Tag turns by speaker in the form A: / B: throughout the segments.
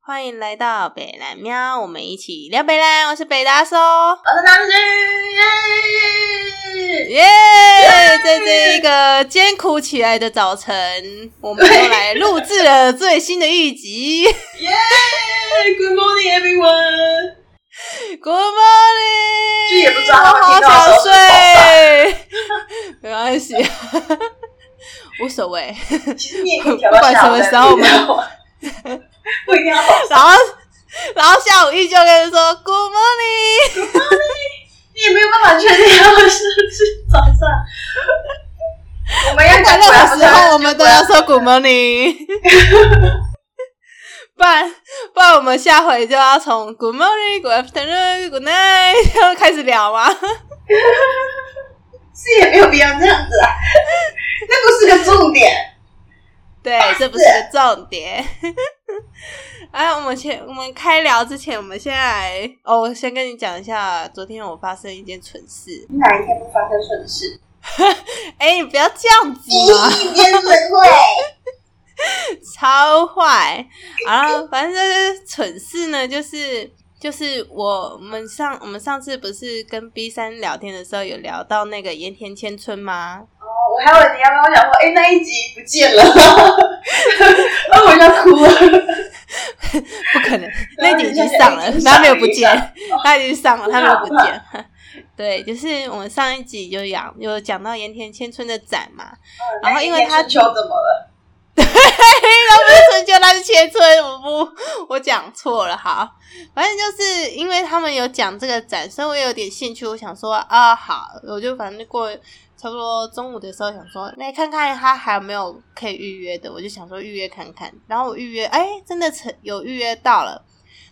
A: 欢迎来到北蓝喵，我们一起聊北蓝。我是北大叔，
B: 我是南君。
A: 耶！在这一个艰苦起来的早晨，我们又来录制了最新的一 集。
B: 耶！Good morning, everyone。
A: Good morning，
B: 就也不知道
A: 我
B: 他们
A: 好
B: 听到的时候是
A: 想睡，没关系，无所谓。
B: 其实你也可以调到下午再
A: 不管什么时
B: 录不一定要早上，
A: 然后，然后下午依旧跟人说 Good morning。
B: 你也没有办法确定他们是不是早上。我们要
A: 不管
B: 讲
A: 任
B: 晚
A: 何
B: 上
A: 时候，我们都要说 Good morning。不然，不然我们下回就要从 Good morning、Good afternoon、Good night 要开始聊吗？
B: 是也没有必要这样子啊，那不是个重点。
A: 对，这不是个重点。哎，我们前我们开聊之前，我们先来哦，我先跟你讲一下，昨天我发生一件蠢事。
B: 哪一天不发生蠢事？
A: 哎，你不要这样子嘛，
B: 一天怎会？
A: 超坏。然后反正这是蠢事呢，就是就是我我们上我们上次不是跟 B 三聊天的时候有聊到那个盐田千春吗？
B: 哦我还以为你要跟我讲说，哎、那一集不见了，那我要哭了。
A: 不可能， 那集已经上了，他没有不见。他已经上 了，他没有不见。对，就是我们上一集就讲有讲到盐田千春的展嘛，然后因为他
B: 春秋哎怎么了？
A: 他不是春秋，他是千春，我不我讲错了，好，反正就是因为他们有讲这个展，所以我有点兴趣，我想说啊好，我就反正过差不多中午的时候想说来看看他还有没有可以预约的，我就想说预约看看，然后我预约，哎，真的成有预约到了，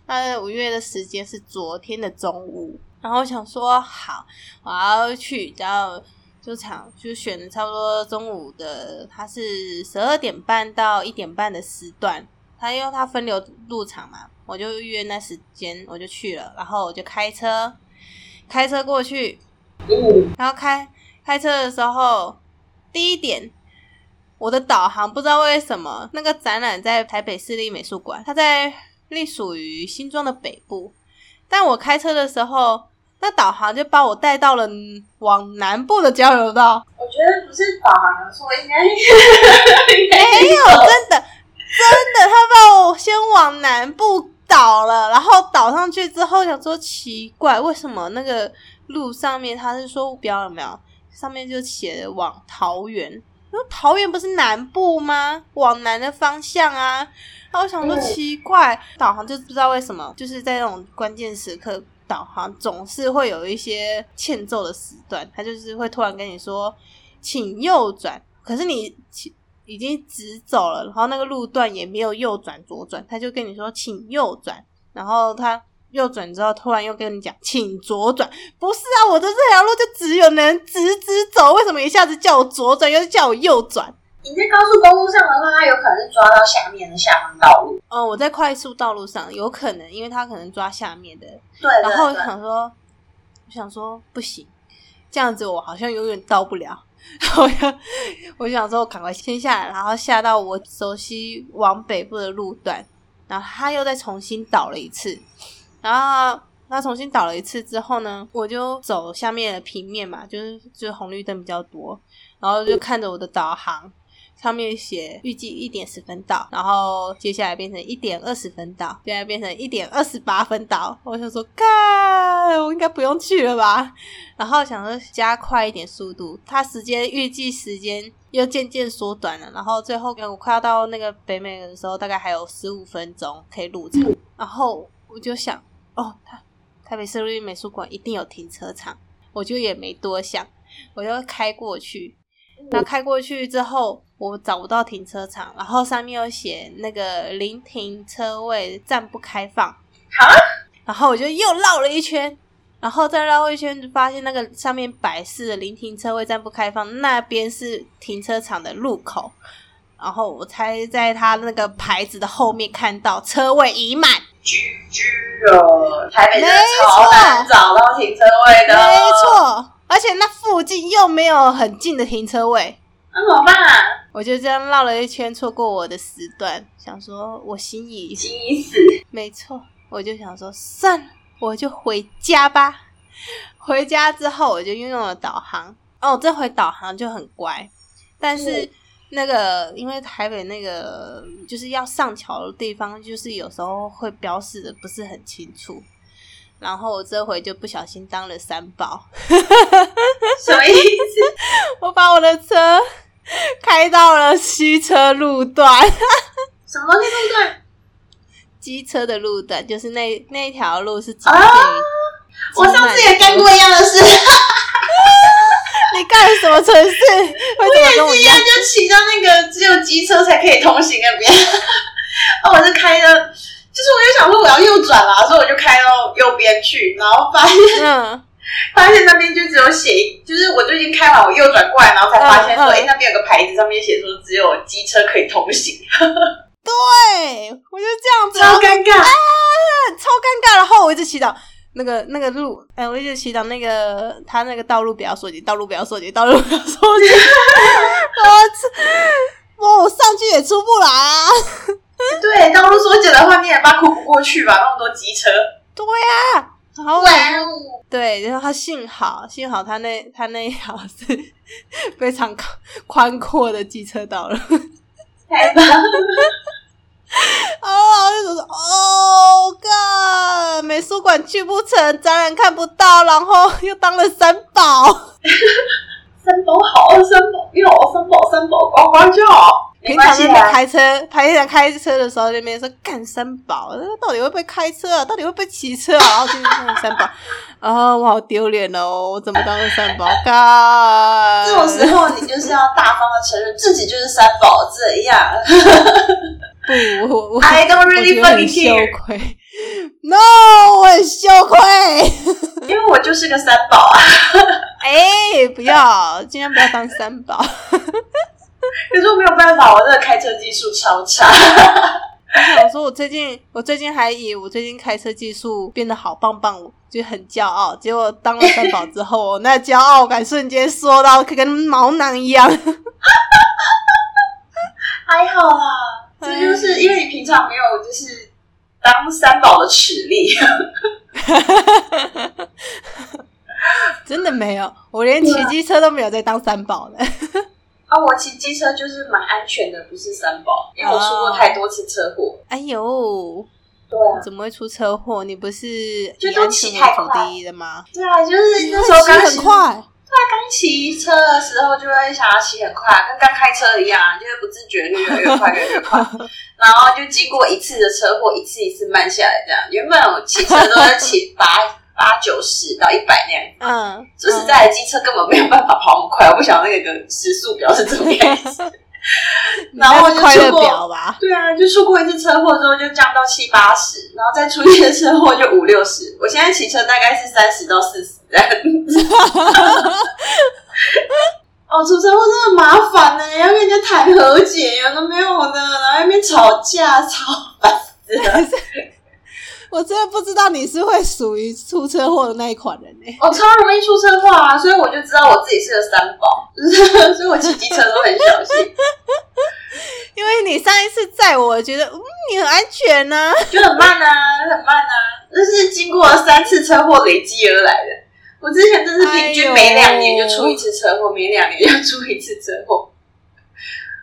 A: 那我预约的时间是昨天的中午，然后我想说好，我要去，然后就场就选了差不多中午的，它是十二点半到一点半的时段，它因为它分流入场嘛，我就预约那时间，我就去了，然后我就开车，开车过去，
B: 嗯，
A: 然后开开车的时候，第一点，我的导航不知道为什么那个展览在台北市立美术馆，它在隶属于新庄的北部，但我开车的时候，那导航就把我带到了往南部的交流道，
B: 我觉得不是导航的错，应该是 应该
A: 没
B: 是
A: 有，
B: 手
A: 真的真的，他把我先往南部导了，然后导上去之后想说奇怪，为什么那个路上面他是说标有没有？上面就写的往桃园，那桃园不是南部吗？往南的方向啊。然后我想说
B: 嗯
A: 奇怪，导航就不知道为什么，就是在那种关键时刻，导航总是会有一些欠揍的时段，它就是会突然跟你说请右转，可是你请已经直走了，然后那个路段也没有右转左转，他就跟你说请右转，然后他右转之后，突然又跟你讲请左转，不是啊，我的这条路就只有能直直走，为什么一下子叫我左转，又叫我右转？
B: 你在高速公路上的话，它有可能是抓到下面的下方道路。
A: 哦，我在快速道路上，有可能，因为他可能抓下面的，
B: 对
A: 然后我
B: 对对，
A: 想说，我想说不行，这样子我好像永远到不了。 然后我就我想说，我赶快先下来，然后下到我熟悉往北部的路段，然后他又再重新导了一次，然后他重新导了一次之后呢，我就走下面的平面嘛，就是就是红绿灯比较多，然后就看着我的导航，上面写预计一点十分到，然后接下来变成一点二十分到，现在变成一点二十八分到。我想说，干，我应该不用去了吧？ 然后想说加快一点速度，它时间预计时间又渐渐缩短了，然后最后我快要到那个北美的时候，大概还有十五分钟可以入场，然后我就想，哦，它台北市立美术馆一定有停车场，我就也没多想，我就开过去。那开过去之后，我找不到停车场，然后上面有写那个临停车位暂不开放。
B: 啊
A: 然后我就又绕了一圈，然后再绕一圈，就发现那个上面摆示的临停车位暂不开放，那边是停车场的入口。然后我才在他那个牌子的后面看到车位已满，
B: 居居哦，台北真的
A: 没
B: 超
A: 错
B: 难找到停车位
A: 没
B: 的，哦
A: 错，而且那附近又没有很近的停车位，
B: 嗯，那怎么办啊？
A: 我就这样绕了一圈，错过我的时段，想说我心已
B: 急已死，
A: 没错，我就想说算了，我就回家吧。回家之后，我就运用了导航。哦，这回导航就很乖，但是
B: 嗯
A: 那个因为台北那个就是要上桥的地方，就是有时候会标示的不是很清楚。然后我这回就不小心当了三宝，
B: 什么意思？
A: 我把我的车开到了虚车路段。
B: 什么东西路段？
A: 机车的路段，就是那那一条路是只
B: 啊我上次也干过一样的事，
A: 你干了什么城市？为什么跟我一
B: 一样
A: 样？
B: 就骑到那个只有机车才可以通行那边。 哦，我是开的，就是我就想说我要右转啦，所以我就开到右边去，然后发现
A: 嗯，
B: 发现那边就只有写，就是我就已经开完，我右转过来，然后才发现说，
A: 嗯嗯
B: 哎、那边有个牌子，上面写说只有机车可以通行，
A: 对，我就这样子，然
B: 超
A: 后
B: 尴尬。
A: 超尴尬。然后我一直祈祷那个那个路，哎、我一直祈祷那个他那个道路不要缩紧，道路不要缩紧，道路不要缩 紧。我我我上去也出不来啊！
B: 对，道路缩减的话，你也怕过不过去吧？那么多机车，
A: 对啊，然后我
B: 哦！
A: 对，然后他幸好幸好他那他那一条是 非常宽宽阔的机车道 哦了。
B: 太棒了！
A: 哦，然后就说哦干，美术馆去不成，展览看不到，然后又当了三宝。
B: 三宝好，三宝哟，三宝三宝呱呱叫。没
A: 平
B: 关
A: 常
B: 系啊
A: 在
B: 啦，
A: 开车，平常开车的时候，那边说干三宝，到底会不会开车啊？到底会不会骑车啊？然后今天当了三宝，啊、我好丢脸哦！我怎么当了三宝？干，
B: 这种时候你就是要大方的承认自己就是三宝这 样。
A: 不，我我
B: I don't
A: 我觉
B: really
A: 得很
B: fucking
A: 羞
B: care，
A: 愧。No，我很羞愧。
B: 因为我就是个三宝啊。
A: 哎、不要，尽量不要当三宝。
B: 可是我没有办法，我这个开车技术超差。
A: 我说我最近，我最近还以我最近开车技术变得好棒棒，我就很骄傲。结果当了三宝之后，我那骄傲感瞬间缩到跟毛囊一样。
B: 还好啦，这就是因为你平常没有就是当三宝的实力，
A: 真的没有，我连骑机车都没有在当三宝的。
B: 啊，我骑机车就是蛮安全的，不是三宝，因为我出过太多次车祸。
A: 哎呦，
B: 对啊，
A: 怎么会出车祸？你不是
B: 就
A: 以
B: 都
A: 安
B: 骑
A: 全为
B: 太
A: 主
B: 快
A: 第一的吗？
B: 对啊，就是
A: 你
B: 那时候刚
A: 很
B: 骑嗯
A: 快，
B: 刚骑车的时候就会想要骑很快，跟刚开车一样，就是不自觉就越来越快，越来越 快。然后就经过一次的车祸，一次一次慢下来，这样。原本我骑车都是骑八八九十到一百那样，
A: 嗯，
B: 说实在的，机车根本没有办法跑那么快，我不晓得那个时速表是怎么样子。
A: 嗯，你
B: 然后
A: 那是
B: 就
A: 快
B: 出
A: 乐
B: 过
A: 表吧。
B: 对啊，就出过一次车祸之后就降到七八十，然后再出一次车祸就五六十。我现在骑车大概是三十到四十这样子。哦，出车祸真的麻烦呢、要跟人家谈和解，有的没有的，然后在那边吵架，吵烦死了。
A: 我真的不知道你是会属于出车祸的那一款人欸呢、
B: 我、超容易出车祸啊，所以我就知道我自己是个三宝， 所以我骑机车都很小心，
A: 因为你上一次载我，觉得嗯你很安全呢、
B: 就很慢啊，很慢啊，这是经过了三次车祸累积而来的。我之前真是平均每两年就出一次车祸，每两年就出一次车祸。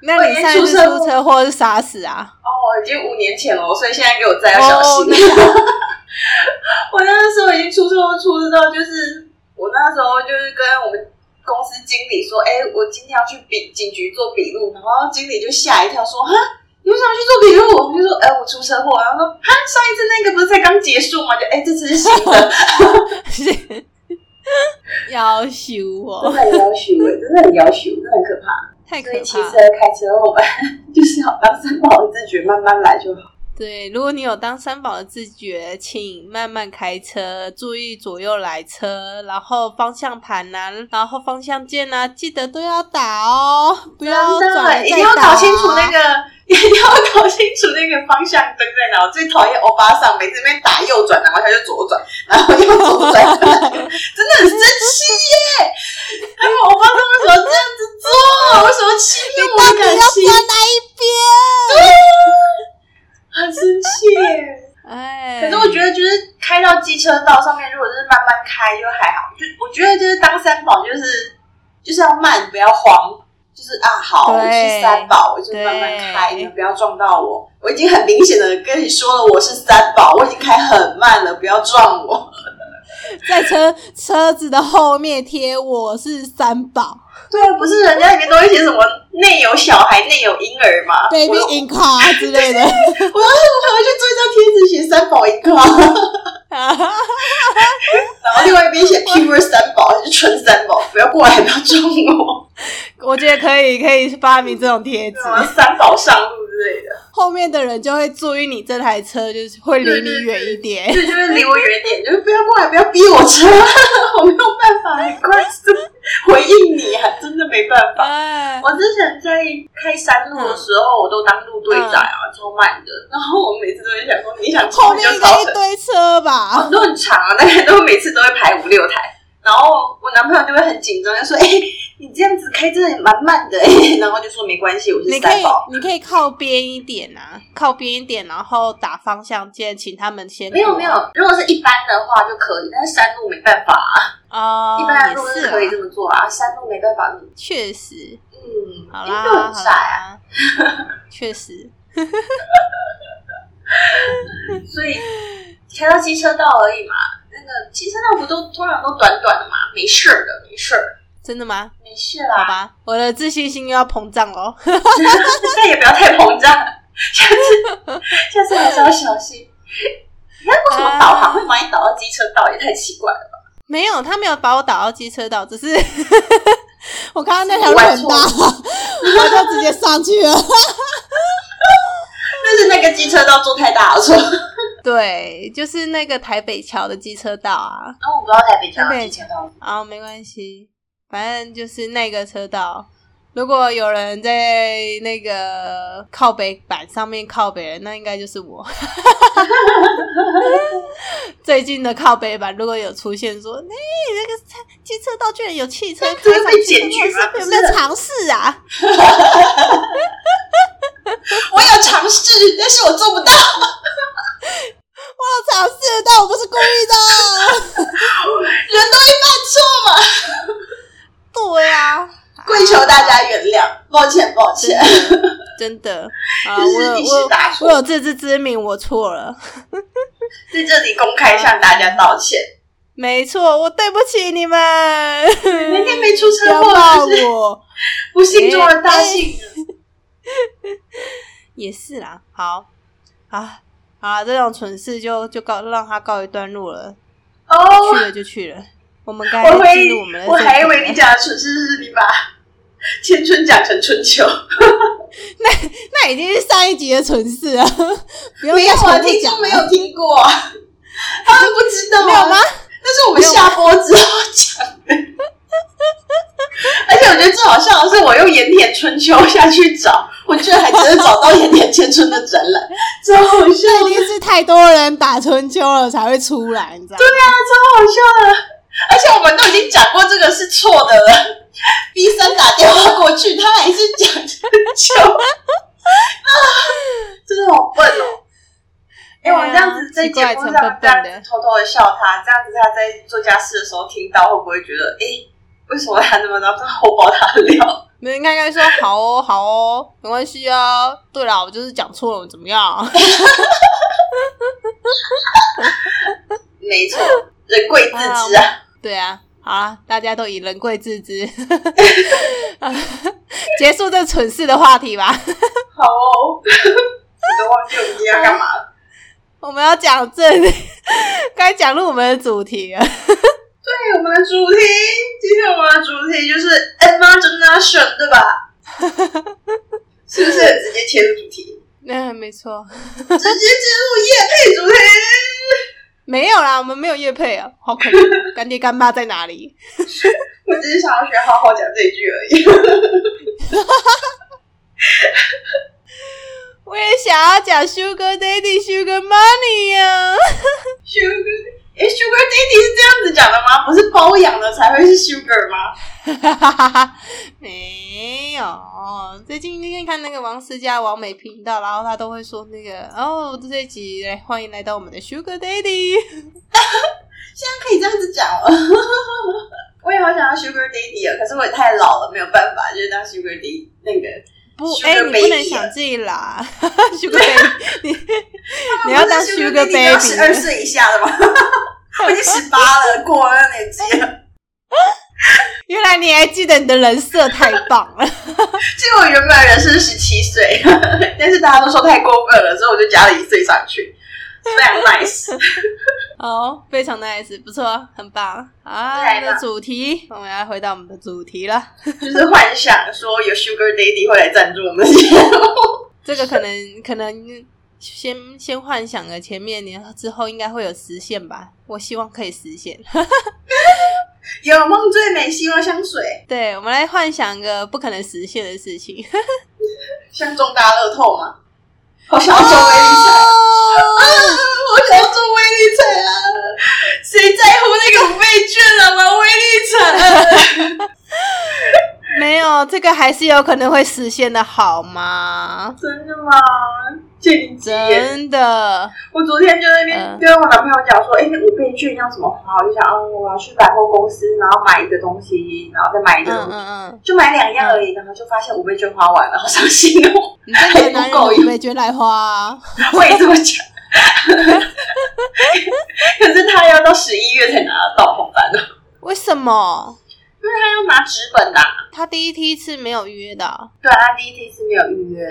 A: 那你上一次出车祸是啥死 啊？
B: 哦，已经五年前了，所以现在给我再要小心。 我那时候已经出车祸出到，就是我那时候就是跟我们公司经理说，哎、我今天要去笔警局做笔录，然后经理就吓一跳说，哈，你为什么要去做笔录？我就说，哎、我出车祸，然后说，哈，上一次那个不是才刚结束吗？就，哎、这次是新的，
A: 要修我，
B: 的很要求、欸，真的很要求，真的很可怕。
A: 太可
B: 所以骑
A: 怕
B: 车、。开车，我们 就是要当三宝的自觉，慢慢来就好。
A: 对，如果你有当三宝的自觉，请慢慢开车，注意左右来车，然后方向盘呐、然后方向键呐、记得都要打哦，不要
B: 真
A: 转了
B: 的，一定
A: 再啊
B: 要
A: 打哦
B: 搞清楚那个， 一定要搞清楚那个方向灯在哪。我 最讨厌欧巴桑，每次那边打右转，然后他就左转，然后又左转， 真 的很生气耶！他们欧巴桑为什么这样子做？为什么骑
A: 哎
B: 开就还好，就我觉得就是当三宝就是就是要慢，不要慌。就是啊，好，我
A: 对
B: 是三宝，我就慢慢开，
A: 对
B: 你们不要撞到我。我已经很明显的跟你说了，我是三宝，我已经开很慢了，不要撞我。
A: 在车车子的后面贴我是三宝
B: 对，啊不是人家里面都会写什么内有小孩，内有婴儿吗？
A: ，baby
B: 我我
A: in car 之类的。
B: 我还会去做一张贴纸，写三宝一个，啊然后另外一边写 pure 三宝，就是纯三宝，不要过来，不要撞我，
A: 我觉得可以，可以发明这种贴纸
B: 什，么三宝上路之类的。
A: 后面的人就会注意你这台车，就是会离
B: 对对
A: 你
B: 对
A: 远一点。
B: 对，就是离我远一点，就是不要过来，不要逼我车， 哎我没有办法很快速回应你，还真的没办 法。
A: 哎，
B: 我之前在开山路的时候，我都当路队长啊，超慢的。然后我每次都会想说，你想超
A: 后
B: 你
A: 面
B: 就
A: 应
B: 超
A: 该
B: 神
A: 一堆车吧？
B: 都很长 啊，大概都每次都会排五六台。然后我男朋友就会很紧张，就说：“哎、你这样子开真的蛮慢的、欸。” 然后就说：“没关系，我是
A: 你可
B: 三
A: 以
B: 宝。，
A: 你可以靠边一点啊，靠边一点，然后打方向键，请他们”先。
B: 没有没有，如果是一般的话就可以，但是山路没办法啊，
A: 啊，
B: 一般的路
A: 也是
B: 是可以这
A: 啊，
B: 么做啊，山路没办法，嗯，
A: 确实，好
B: 因为就
A: 啦，
B: 很
A: 好
B: 窄啊，
A: 啦， 确实，
B: 所以开到机车道而已嘛。那个机车道不都通常都短短的嘛，没事儿的，没事儿，
A: 真的吗？
B: 没事
A: 好
B: 啦，
A: 吧，我的自信心又要膨胀喽。
B: 但也不要太膨胀，下次下次还是要小心。那为什么导航会把你导到机车道？也太奇怪了。
A: 没有，他没有把我打到机车道，只是 我看到那条路很大， 我就直接上去了。
B: 但是那个机车道做太大了， 说。然
A: 对，就是那个台北桥的机车道啊。
B: 后我不知道台北桥
A: 台
B: 的
A: 北
B: 机车道。
A: 啊，没关系，反正就是那个车道。如果有人在那个靠北板上面靠北人，那应该就是我。 最近的靠北板如果有出现说，哎、那个车机车道居然有汽车开
B: 这是
A: 上
B: 被
A: 机车
B: 检举
A: 道
B: 吗
A: 有没有
B: 不是
A: 尝试啊？
B: 我有尝试，但是我做不到。
A: 我有尝试，但我不是故意的。
B: 人都会犯错嘛，
A: 对啊，
B: 跪求大家原谅，抱歉，抱歉。
A: 真的啊，
B: 就
A: 我
B: 是
A: 有
B: 一
A: 我
B: 时
A: 有
B: 打
A: 我有
B: 错，
A: 自知之明，我错了，
B: 在这里公开向大家道歉。
A: 没错，我对不起你们。
B: 那天没出
A: 不
B: 车
A: 要
B: 祸，
A: 骂
B: 就是
A: 我，
B: 不幸中的大幸。
A: 也是啦。好啊，好啦，这种蠢事就就告让他告一段落了，
B: 哦，
A: 去了就去了。我们该
B: 我
A: 哎进入我们的
B: 会，我
A: 正
B: 还以
A: 题
B: 为
A: 了
B: 你讲的春是是你把青春讲成春秋，
A: 那已经是上一集的蠢事了， 不用
B: 没有
A: 再
B: 啊，
A: 重复
B: 听
A: 讲
B: 众没
A: 了
B: 有听过啊，他们不知道啊
A: 没有吗？？
B: 但是我们下播之后讲的， 而且我觉得最好笑的是，我用盐田春秋下去找，我居然还真的找到盐田千春的展 览，超好笑
A: 这一
B: 的，
A: 定是太多人打春秋了才会出来，你知道吗？
B: 啊超好笑的，而且我们都已经讲过这个是错的了。B 三打电话过去，他还是讲春秋，啊，真的好笨哦。哎、我这样子在节目
A: 奇怪
B: 上
A: 成笨
B: 这样
A: 笨
B: 子
A: 的
B: 偷偷的笑他，这样子他在做家事的时候听到，会不会觉得，哎、为什么他那么着厚包他的 料？
A: 没有，应该应该说好哦，好哦，没关系啊。对啦，我就是讲错了，怎么样？
B: 没错，人贵自知啊。
A: 对啊，好啊，大家都以人贵自知， 结束这蠢事的话题吧。
B: 好哦， 我都忘记我们今天要干嘛了。
A: 我们要讲正， 该讲入我们的主题 了。
B: 对，我们的主题，今天我们的主题就是 imagination，对吧？是不是直接切入主题？
A: 那、嗯没错，
B: 直接进入夜配主题。
A: 没有啦，我们没有乐配啊，好可怜，干爹干妈在哪里？
B: 我只是想要学好好讲这一句而已。
A: 我也想要讲 Sugar Daddy Sugar Money 呀、啊。
B: Sugar，哎、s u g a r Daddy 是这样子讲的吗？不是包养的才会是 Sugar 吗？
A: 哈哈哈哈，没有。最近那天看那个王思佳王美频道，然后他都会说那个哦，这一集来欢迎来到我们的 Sugar Daddy，
B: 现在可以这样子讲了。 我也好想要 Sugar Daddy 啊，可是我也太老了，没有办法，就是当 Sugar Daddy 那个。
A: 不，
B: Sugar
A: 哎、你不
B: baby
A: 能想自己啦 ，Sugar Baby，你你要当 Sugar
B: 十二
A: Baby，
B: 岁以下的吗？我已经十八了，过了那个年纪了。
A: 原来你还记得你的人设太棒了，
B: 其实我原本的人生是十七岁，但是大家都说太过分了，所以我就加了一岁上去，非常 nice。
A: 哦，非常 nice，不错，很棒。啊，我
B: 再来
A: 们的
B: 吧
A: 主题，我们要回到我们的主题了。
B: 就是幻想说有 Sugar Daddy 会来赞助我们的节目，
A: 这个可能可能先先幻想了前面，然后之后应该会有实现吧。我希望可以实现。
B: 有梦最美希望香水，
A: 对，我们来幻想个不可能实现的事情。
B: 像中大乐透吗？我想要中威力彩， 我想要中威力彩啊！谁在乎那个五倍券啊？玩威力彩。
A: 没有，这个还是有可能会实现的，好吗？
B: 真的吗？借你吉言。
A: 真的，
B: 我昨天就在那边
A: 嗯
B: 跟我男朋友讲说，哎、那五倍券要怎么花？我就想，哦，我要去百货公司，然后买一个东西，然后再买一
A: 嗯
B: 个东西，
A: 嗯嗯，
B: 就买两样而已，然后就发现五倍券花完了，好伤心哦！
A: 你这个 男人
B: 还不够用
A: 有没觉得来花、啊？
B: 我也这么讲。 可是他要到十一月才拿得到，好烦哦！
A: 为什么
B: 他要拿纸本拿，
A: 他第一梯次没有约的啊？
B: 对他第一梯次没有预约，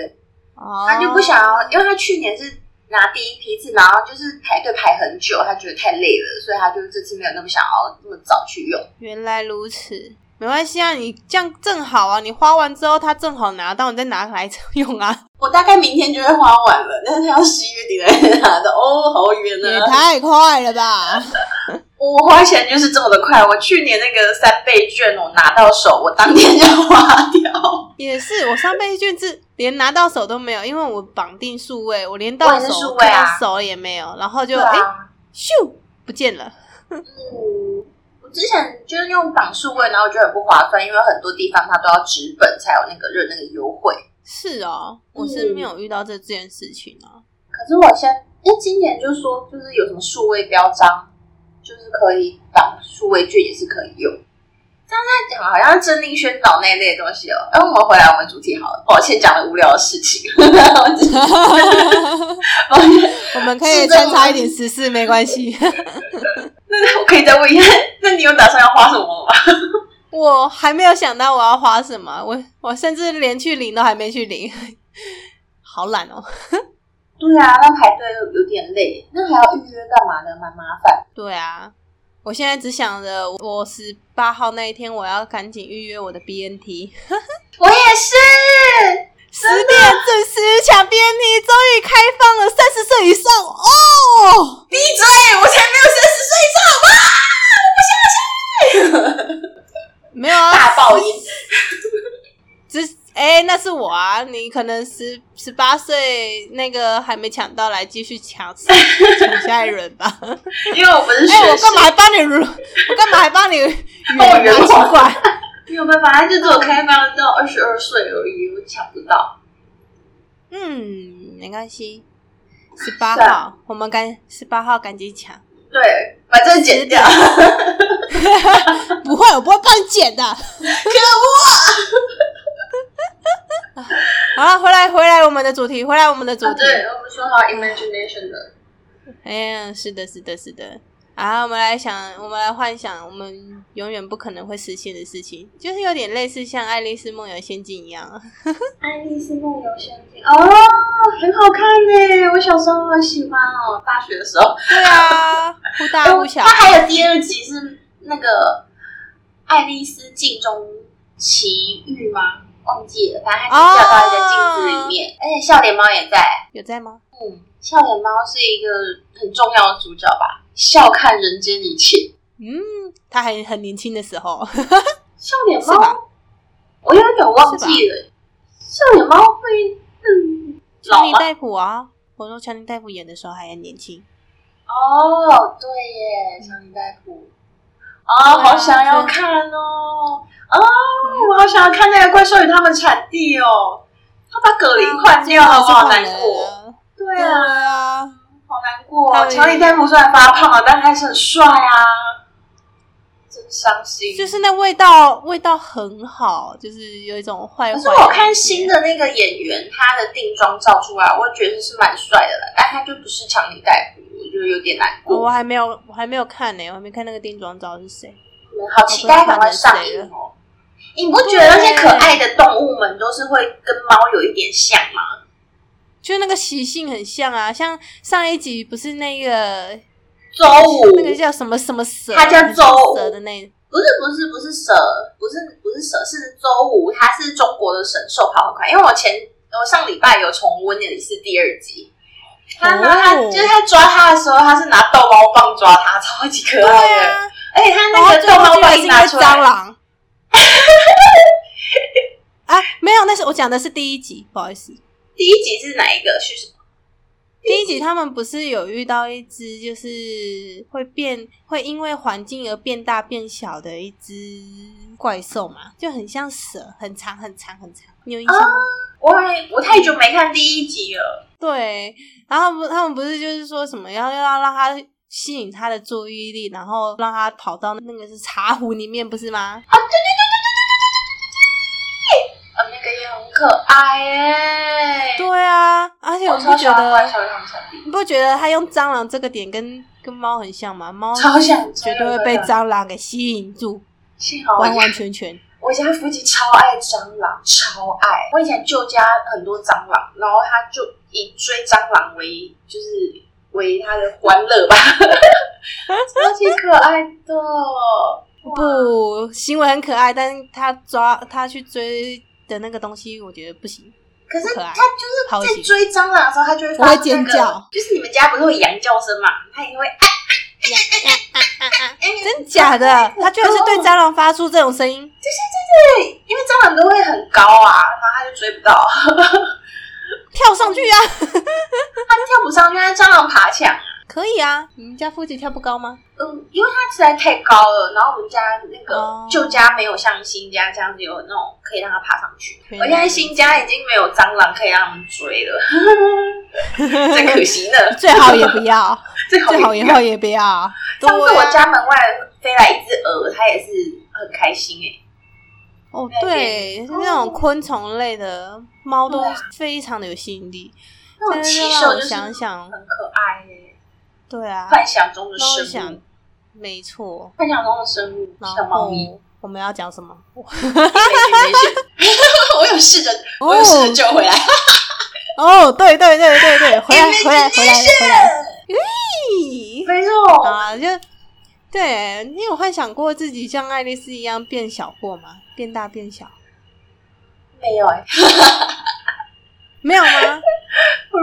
A: 哦
B: 他就不想要，因为他去年是拿第一批次，然后就是排队排很久，他觉得太累了，所以他就这次没有那么想要那么早去用。
A: 原来如此，没关系啊，你这样正好啊，你花完之后他正好拿到，你再拿来用啊，
B: 我大概明天就会花完了，但是他要十一月底才拿的，哦，好远
A: 也
B: 啊！
A: 太快了吧！
B: 我花钱就是这么的快，我去年那个三倍券我拿到手，我当天就花掉。
A: 也是， 我上辈子卷是连拿到手都没有，因为我绑定数位，我连
B: 我
A: 到
B: 也是
A: 手
B: 数位啊
A: 看到手也没有，然后就
B: 对
A: 哎、
B: 啊，
A: 咻不见了。
B: 嗯，我之前就是用绑数位，然后我觉得很不划算，因为很多地方它都要纸本才有那个认那个优惠。
A: 是哦，我
B: 嗯
A: 是没有遇到这这件事情啊。
B: 可是我现因为今年就说，就是有什么数位标章，就是可以绑数位券也是可以用。刚才讲好像是政令宣导那一类的东西哦。哎，我们回来我们主题好了，抱歉讲了无聊的事情，我只是抱歉。
A: 我们可以穿插一点时事，没 关系。
B: 那我可以再问一下， 那你有打算要花什么吗？
A: 我还没有想到我要花什么，我我甚至连去领都还没去领， 好懒哦。
B: 对啊，那排队有点累，那还要预约干嘛呢？蛮麻烦。
A: 对啊，我现在只想着我十八号那一天我要赶紧预约我的 BNT，
B: 我也是，
A: 十点准时抢 BNT，终于开放了，三十岁以上哦。
B: 闭嘴！我才没有三十岁以上，好吗？
A: 没有啊，
B: 大爆音。
A: 只哎、那是我啊，你可能十十八岁那个还没抢到，来继续抢抢下一轮 吧。
B: 因为我不是学
A: 哎、我
B: 生
A: 干嘛还帮你如？我干嘛还帮 你圆
B: 圆
A: 啊？
B: 谎
A: 奇怪，
B: 没有办法，他就只有开放到二十二岁而已，我抢不到。
A: 嗯，没关系。十八
B: 是啊
A: 号，我们赶十八号赶紧抢，
B: 对，把这个剪掉。
A: 不会，我不会帮你捡的。啊 可恶！好了，回来回来，我们的主题，回来我们的主题。
B: 啊对，我们说好 imagination 的，
A: 哎呀，是的，是的，是的。啊，我们来想，我们来幻想，我们永远不可能会实现的事情，就是有点类似像《爱丽丝梦游仙境》一样。
B: 《爱丽丝梦游仙境》哦，很好看呢，我小时候好喜欢哦，大学的时候。
A: 对啊，忽大 忽小
B: 它。还有第二集是那个爱丽丝镜中奇遇吗？忘记了，反正它就掉到一个镜子里面，而且笑脸猫也在。
A: 有在吗？
B: 笑脸猫是一个很重要的主角吧？笑看人间一切。
A: 嗯，他还很年轻的时 候，
B: 笑脸
A: 是吧
B: 猫，我有点忘记了。笑脸猫会嗯
A: 强
B: 老
A: 尼
B: 吗？
A: 戴普啊，我说强尼戴普演的时候还很年轻。
B: 哦，对耶，小林戴普。哦，
A: 嗯对啊嗯
B: 好想要看哦！哦，我好想要看那个怪兽与他们产地啊
A: 啊
B: 哦。他把葛林换掉了，我好难过。
A: 过。
B: 对
A: 对
B: 啊，
A: 啊，
B: 好难过、
A: 他
B: 哦。
A: 们
B: 乔伊戴夫虽然发胖了，但还是很帅啊，真伤心。
A: 就是那味道，味道很好，就是有一种坏
B: 可
A: 坏。
B: 是我看新，的那个演员，他的定妆照出来，我觉得是蛮帅的了，但他就不是强尼戴夫，我就有点难
A: 哦
B: 过。
A: 我还没有，我还没有看呢、我还没看那个定妆照是谁。
B: 好期待赶快上映哦！你不觉得那些可爱的动物们都是会跟猫有一点像吗？
A: 就那个习性很像啊，像上一集不是那个
B: 周五
A: 那个叫什么什么蛇，
B: 它叫周
A: 蛇的那
B: 不是不是不是蛇，不是不是蛇，是周五，它是中国的神兽，跑很快。因为我前我上礼拜有重温的是第二集，他然后他
A: 哦
B: 就是他抓它的时候，他是拿逗猫棒抓它，超级可爱
A: 对
B: 的。
A: 啊，
B: 而且哎他
A: 然后
B: 那个
A: 最
B: 逗
A: 后
B: 猫
A: 居然
B: 棒
A: 是
B: 一
A: 因
B: 拿
A: 为
B: 出
A: 蟑
B: 来，
A: 螂。 啊，没有，那是我讲的是第一集，不好意思。
B: 第一集是哪一个？是什么？
A: 第一集他们不是有遇到一只就是会变会因为环境而变大变小的一只怪兽嘛，就很像蛇，很长很长很长，你有印象吗？
B: 我还我太久没看第一集了，
A: 对，然后不他们不是就是说什么要要让它吸引它的注意力，然后让它跑到那个是茶壶里面，不是吗？
B: 呃，那个也很可爱耶。
A: 对啊，而且
B: 我
A: 我
B: 超
A: 不
B: 喜
A: 觉
B: 欢
A: 得
B: 关，小亮小弟，
A: 你不觉得它用蟑螂这个点跟跟猫很像吗？猫
B: 超像，
A: 绝对会被蟑螂给吸引住，
B: 幸好我
A: 完完全全。
B: 我家附近超爱蟑螂，超爱。我以前旧家很多蟑螂，然后他就以追蟑螂为就是为他的欢乐吧， 超级可爱的。
A: 不，行为很可爱，但是他抓他去追的那个东西，我觉得不行，
B: 可是
A: 不可爱
B: 他就
A: 好恶
B: 是在
A: 心。
B: 追蟑螂的时候，他就会发出那
A: 我会尖
B: 个
A: 叫
B: 就是你们家不是会羊叫声嘛，他也会哎哎哎，
A: 真假 的？他居然是对蟑螂发出这种声音，
B: 对，因为蟑螂都会很高啊，然后他就追不到，
A: 跳上去啊！
B: 跳不上去，因为蟑螂爬墙。
A: 可以啊，你们家附近跳不高吗？
B: 嗯，因为它实在太高了，然后我们家那
A: 哦
B: 个旧家没有像新家这样子有那种可以让它爬上去，
A: 原来
B: 而且在新家已经没有蟑螂可以让它们追了，真可惜呢。
A: 最好也不 要，
B: 最好
A: 最好
B: 不
A: 以
B: 要
A: 后也不要。对
B: 上次我
A: 啊
B: 家门外飞来一只鹅，它也是很开心哎、
A: 哦，
B: 那
A: 对，
B: 边
A: 是那种昆虫类的猫都非常的有吸引力。
B: 那种
A: 真的
B: 奇
A: 让
B: 兽
A: 我
B: 就是
A: 想
B: 很
A: 想，
B: 可爱哎、
A: 对啊，
B: 幻想中的
A: 让我
B: 生
A: 想
B: 物，，
A: 没错。
B: 幻想中的生物，
A: 然
B: 像猫
A: 后
B: 咪。
A: 我们要讲什么？
B: 没事没事 我有试着，我有试着救回来。
A: 哦，对对对对对，回来
B: Imagination！
A: 回来回来回来，咦，
B: 没错，
A: 啊，就对你有幻想过自己像爱丽丝一样变小过吗？变大变小？
B: 没有哎、
A: 没有吗？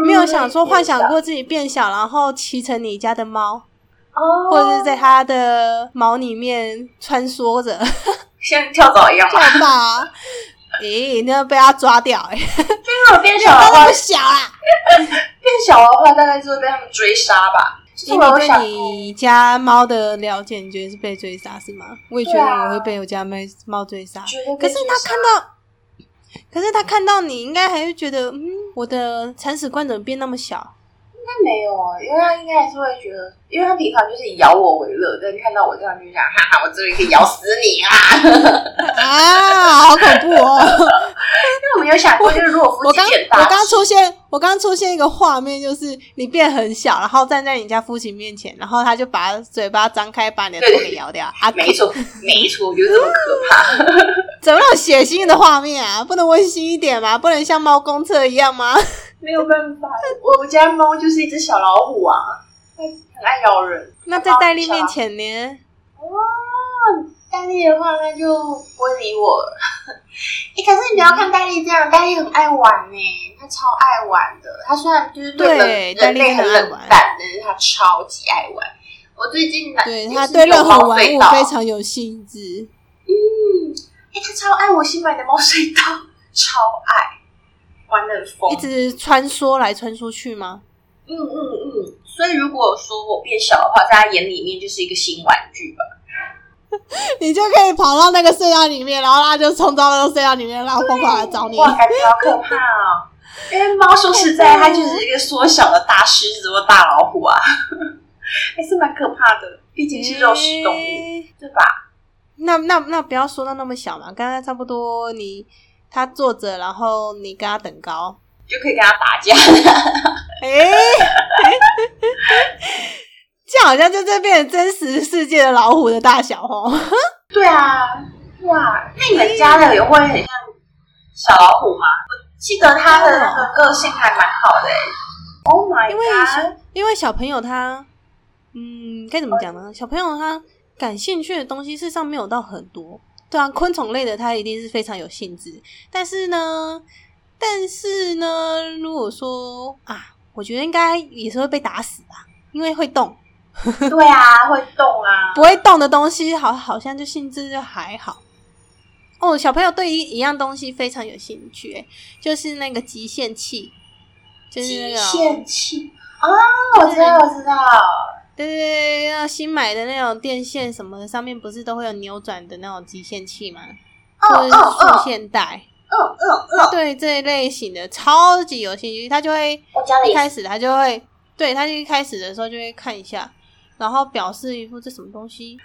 A: 没有想说幻想
B: 过。
A: 过自己变小，然后骑乘你家的猫，
B: 哦，
A: 或者是在它的毛里面穿梭着
B: 像跳蚤一样
A: 跳
B: 嘛。
A: 吧？ 咦，那被它抓掉、 欸，哎，
B: 如果变小的
A: 那
B: 话
A: 么，小啊啦！
B: 变小的话，大概就会被他们追杀吧。就是
A: 以
B: 我
A: 你
B: 有
A: 对
B: 想，
A: 你家猫的了解，你觉得是被追杀是吗？我也觉得
B: 对啊
A: 我会被我家猫猫追杀。
B: 绝对被啊
A: 可是他
B: 追杀
A: 看到，可是他看到你，应该还会觉得，嗯，我的铲屎官怎么变那么小？
B: 应该没有啊，因为他应该还是会觉得，因为他平常就是以咬我为乐，但看到我这样就想，哈哈，我这里可以咬死你啊！
A: 啊，好恐怖哦！
B: 因为我们有想过，就是如果夫
A: 我
B: 妻
A: 刚
B: 变
A: 我
B: 大，
A: 刚出现，我刚出现一个画面，就是你变很小，然后站在你家夫妻面前，然后他就把嘴巴张开，把你的头给咬掉。啊，
B: 没错，没错，有这么可怕？
A: 怎么有血腥的画面啊？不能温馨一点吗？不能像猫公厕一 样吗？
B: 没有办法，我家猫就是一只小老虎啊，它很爱咬人。
A: 那在戴笠面前呢？
B: 哇，戴丽的话，那就不会理我了。哎、可是你不要看戴丽这样，戴丽很爱玩呢、她超爱玩的。她虽然就是对
A: 对
B: 人
A: 戴
B: 人
A: 丽
B: 类很
A: 很爱
B: 冷
A: 玩
B: 淡，但是她超级爱玩。我最近拿
A: 对
B: 就是
A: 他对
B: 有
A: 任何
B: 猫
A: 玩
B: 隧
A: 物
B: 道
A: 非常有兴致。
B: 嗯，哎、她超爱我新买的猫隧道，超爱，玩的疯
A: 一。直穿梭来穿梭去吗？
B: 嗯嗯嗯，所以如果说我变小的话，在她眼里面就是一个新玩具吧。
A: 你就可以跑到那个隧道里面，然后他就冲到那个隧道里面，然后疯狂来找你。
B: 哇，感觉好可怕哦！因为猫说实在，它就是一个缩小的大狮子或大老虎啊， 还是蛮可怕的。毕竟是肉食动物，
A: 诶
B: 对吧？
A: 那那那不要说到那么小嘛，刚刚差不多你他坐着，然后你跟他等高，
B: 就可以跟它打架。
A: 哎、 这样好像就这变成真实世界的老虎的大小哦。
B: 对啊，哇，那你们家的有会很像小老虎吗？我记得它的那个个性还蛮好的、欸。Oh my
A: 因为
B: god！
A: 小因为小朋友他，嗯，该怎么讲呢？小朋友他感兴趣的东西事实上没有到很多，对啊，昆虫类的他一定是非常有兴致，但是呢，但是呢，如果说啊，我觉得应该也是会被打死吧，因为会动，
B: 对啊，会动啊。
A: 不会动的东西好好像就兴致就还好。哦，小朋友对一一样东西非常有兴趣、欸就是那个极限器，就是那
B: 极
A: 个
B: 限器啊，我知道，我知道。
A: 对对对，要新买的那种电线什么的，上面不是都会有扭转的那种极限器吗？或者
B: 嗯
A: 是
B: 嗯
A: 束线带，
B: 嗯嗯嗯，
A: 对这一类型的超级有兴趣，他就会
B: 我家里
A: 一开始他就会，对他就一开始的时候就会看一下，然后表示一副这什么东 西，